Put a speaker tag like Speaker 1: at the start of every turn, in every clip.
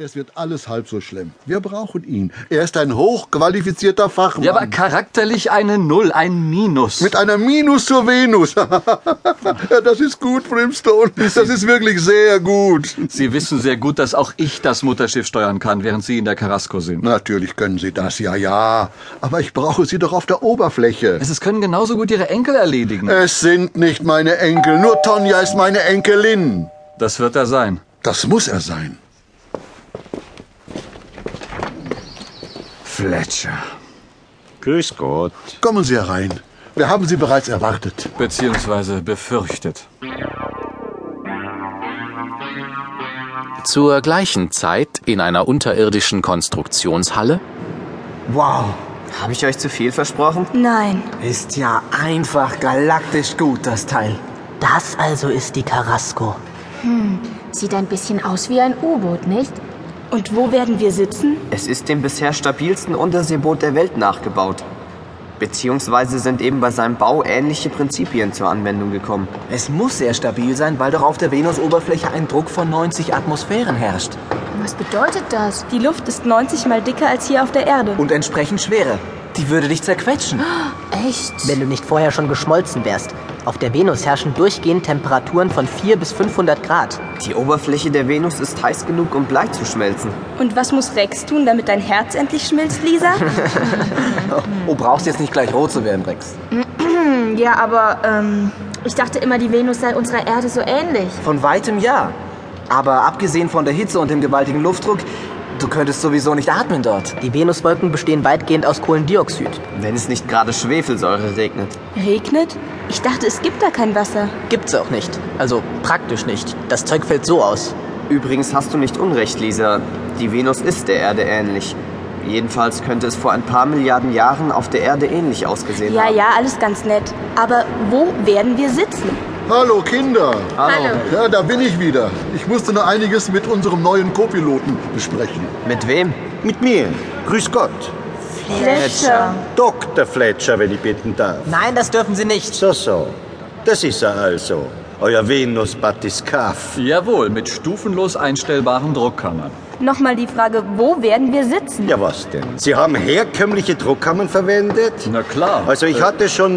Speaker 1: Es wird alles halb so schlimm. Wir brauchen ihn. Er ist ein hochqualifizierter Fachmann.
Speaker 2: Ja, aber charakterlich eine Null, ein Minus.
Speaker 1: Mit einer Minus zur Venus. Ja, das ist gut, Brimstone. Das ist wirklich sehr gut.
Speaker 2: Sie wissen sehr gut, dass auch ich das Mutterschiff steuern kann, während Sie in der Carrasco sind.
Speaker 1: Natürlich können Sie das, ja, ja. Aber ich brauche Sie doch auf der Oberfläche.
Speaker 2: Es können genauso gut Ihre Enkel erledigen.
Speaker 1: Es sind nicht meine Enkel. Nur Tonja ist meine Enkelin.
Speaker 2: Das wird er sein.
Speaker 1: Das muss er sein.
Speaker 2: Fletcher.
Speaker 3: Grüß Gott.
Speaker 1: Kommen Sie herein. Wir haben Sie bereits erwartet.
Speaker 2: Beziehungsweise befürchtet.
Speaker 4: Zur gleichen Zeit in einer unterirdischen Konstruktionshalle.
Speaker 5: Wow,
Speaker 6: Habe ich euch zu viel versprochen?
Speaker 7: Nein.
Speaker 5: ist ja einfach galaktisch gut, das Teil.
Speaker 8: Das also ist die Carrasco.
Speaker 9: Sieht ein bisschen aus wie ein U-Boot, nicht?
Speaker 7: Und wo werden wir sitzen?
Speaker 6: Es ist dem bisher stabilsten Unterseeboot der Welt nachgebaut. Beziehungsweise sind eben bei seinem Bau ähnliche Prinzipien zur Anwendung gekommen.
Speaker 5: Es muss sehr stabil sein, weil doch auf der Venusoberfläche ein Druck von 90 Atmosphären herrscht.
Speaker 9: Was bedeutet das?
Speaker 7: Die Luft ist 90 mal dicker als hier auf der Erde.
Speaker 5: Und entsprechend schwerer. Die würde dich zerquetschen.
Speaker 9: Echt?
Speaker 8: Wenn du nicht vorher schon geschmolzen wärst. Auf der Venus herrschen durchgehend Temperaturen von 4 bis 500 Grad.
Speaker 6: Die Oberfläche der Venus ist heiß genug, um Blei zu schmelzen.
Speaker 7: Und was muss Rex tun, damit dein Herz endlich schmilzt, Lisa?
Speaker 5: Oh, brauchst jetzt nicht gleich rot zu werden, Rex.
Speaker 9: Ja, aber ähm, ich dachte immer, die Venus sei unserer Erde so ähnlich.
Speaker 5: Von weitem ja. Aber abgesehen von der Hitze und dem gewaltigen Luftdruck, du könntest sowieso nicht atmen dort.
Speaker 8: Die Venuswolken bestehen weitgehend aus Kohlendioxid.
Speaker 6: Wenn es nicht gerade Schwefelsäure regnet.
Speaker 7: Regnet? Ich dachte, es gibt da kein Wasser.
Speaker 8: Gibt's auch nicht. Also praktisch nicht. Das Zeug fällt so aus.
Speaker 6: Übrigens hast du nicht unrecht, Lisa. Die Venus ist der Erde ähnlich. Jedenfalls könnte es vor ein paar Milliarden Jahren auf der Erde ähnlich ausgesehen
Speaker 9: Genau.
Speaker 7: Ja,
Speaker 6: haben.
Speaker 7: ja, alles ganz nett. Aber wo werden wir sitzen?
Speaker 1: Hallo, Kinder.
Speaker 2: Ah.
Speaker 6: Hallo.
Speaker 1: Ja, da bin ich wieder. Ich musste noch einiges mit unserem neuen Co-Piloten besprechen.
Speaker 6: Mit wem?
Speaker 3: Mit mir. Grüß Gott.
Speaker 7: Fletcher.
Speaker 3: Dr. Fletcher, wenn ich bitten darf.
Speaker 8: Nein, das dürfen sie nicht.
Speaker 3: So, so. Das ist er also. Euer Venus Batiskaf.
Speaker 2: Jawohl, mit stufenlos einstellbaren Druckkammern.
Speaker 7: Nochmal die Frage, wo werden wir sitzen?
Speaker 3: Ja, was denn? Sie haben herkömmliche Druckkammern verwendet?
Speaker 2: Na klar.
Speaker 3: Also ich hatte schon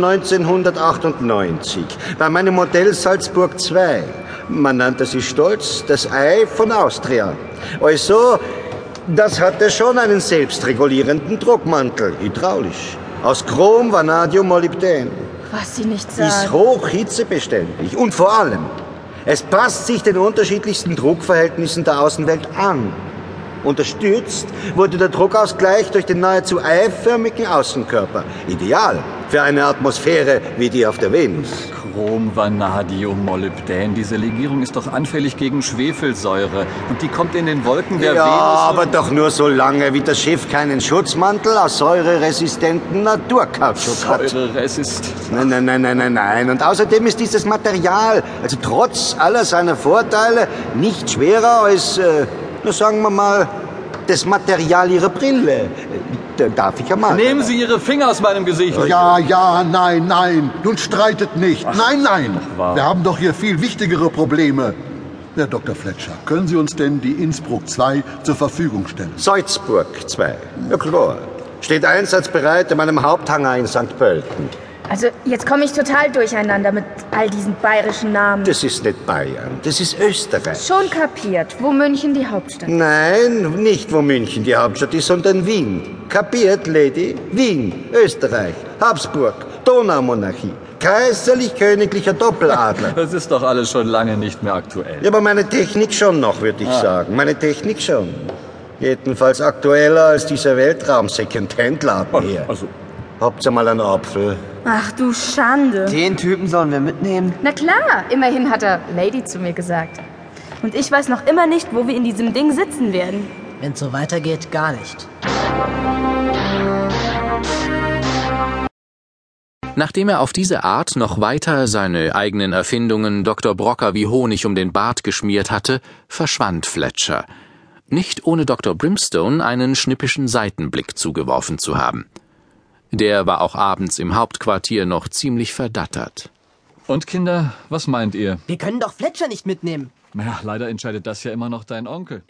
Speaker 3: 1998 bei meinem Modell Salzburg 2. Man nannte sie stolz das Ei von Austria. Also, das hatte schon einen selbstregulierenden Druckmantel, hydraulisch. Aus Chrom, Vanadium, Molybdän.
Speaker 7: Was sie nicht
Speaker 3: Ist
Speaker 7: sagt.
Speaker 3: hochhitzebeständig und vor allem, es passt sich den unterschiedlichsten Druckverhältnissen der Außenwelt an. Unterstützt wurde der Druckausgleich durch den nahezu eiförmigen Außenkörper. Ideal für eine Atmosphäre wie die auf der Venus.
Speaker 2: Chrom, Vanadium, Molybdän. Diese Legierung ist doch anfällig gegen Schwefelsäure. Und die kommt in den Wolken der
Speaker 3: ja,
Speaker 2: Venus.
Speaker 3: aber doch nur so lange, wie das Schiff keinen Schutzmantel aus säureresistenten Naturkautschuk hat.
Speaker 2: Säureresist.
Speaker 3: Nein, nein, nein, nein, nein, nein. Und außerdem ist dieses Material, also trotz aller seiner Vorteile, nicht schwerer als, äh, na sagen wir mal, das Material Ihrer Brille. Äh, da Darf ich ja mal.
Speaker 2: Nehmen Sie Ihre Finger aus meinem Gesicht.
Speaker 1: Ja, ja, nein, nein. Nun streitet nicht. Nein, nein.
Speaker 2: wahr.
Speaker 1: Wir haben doch hier viel wichtigere Probleme. Herr Dr. Fletcher, können Sie uns denn die Innsbruck 2 zur Verfügung stellen?
Speaker 3: Salzburg 2. Ja, klar. Steht einsatzbereit in meinem Haupthangar in St. Pölten.
Speaker 9: Also, jetzt komme ich total durcheinander mit all diesen bayerischen Namen.
Speaker 3: Das ist nicht Bayern, das ist Österreich.
Speaker 9: Schon kapiert, wo München die Hauptstadt ist.
Speaker 3: Nein, nicht wo München die Hauptstadt ist, sondern Wien. Kapiert, Lady? Wien, Österreich, Habsburg, Donaumonarchie, kaiserlich-königlicher Doppeladler.
Speaker 2: Das ist doch alles schon lange nicht mehr aktuell.
Speaker 3: Ja, aber meine Technik schon noch, würde ich sagen. Meine Technik schon. Jedenfalls aktueller als dieser Weltraum-Second-Hand-Laden hier.
Speaker 1: oh.
Speaker 2: Also,
Speaker 3: Habt ihr mal einen Apfel?
Speaker 7: Ach du Schande.
Speaker 6: Den Typen sollen wir mitnehmen.
Speaker 9: Na klar, immerhin hat er Lady zu mir gesagt.
Speaker 7: Und ich weiß noch immer nicht, wo wir in diesem Ding sitzen werden.
Speaker 8: Wenn's so weitergeht, gar nicht.
Speaker 4: Nachdem er auf diese Art noch weiter seine eigenen Erfindungen Dr. Brocker wie Honig um den Bart geschmiert hatte, verschwand Fletcher. Nicht ohne Dr. Brimstone einen schnippischen Seitenblick zugeworfen zu haben. Der war auch abends im Hauptquartier noch ziemlich verdattert.
Speaker 2: und Kinder, was meint ihr?
Speaker 8: Wir können doch Fletcher nicht mitnehmen.
Speaker 2: Naja, leider entscheidet das ja immer noch dein Onkel.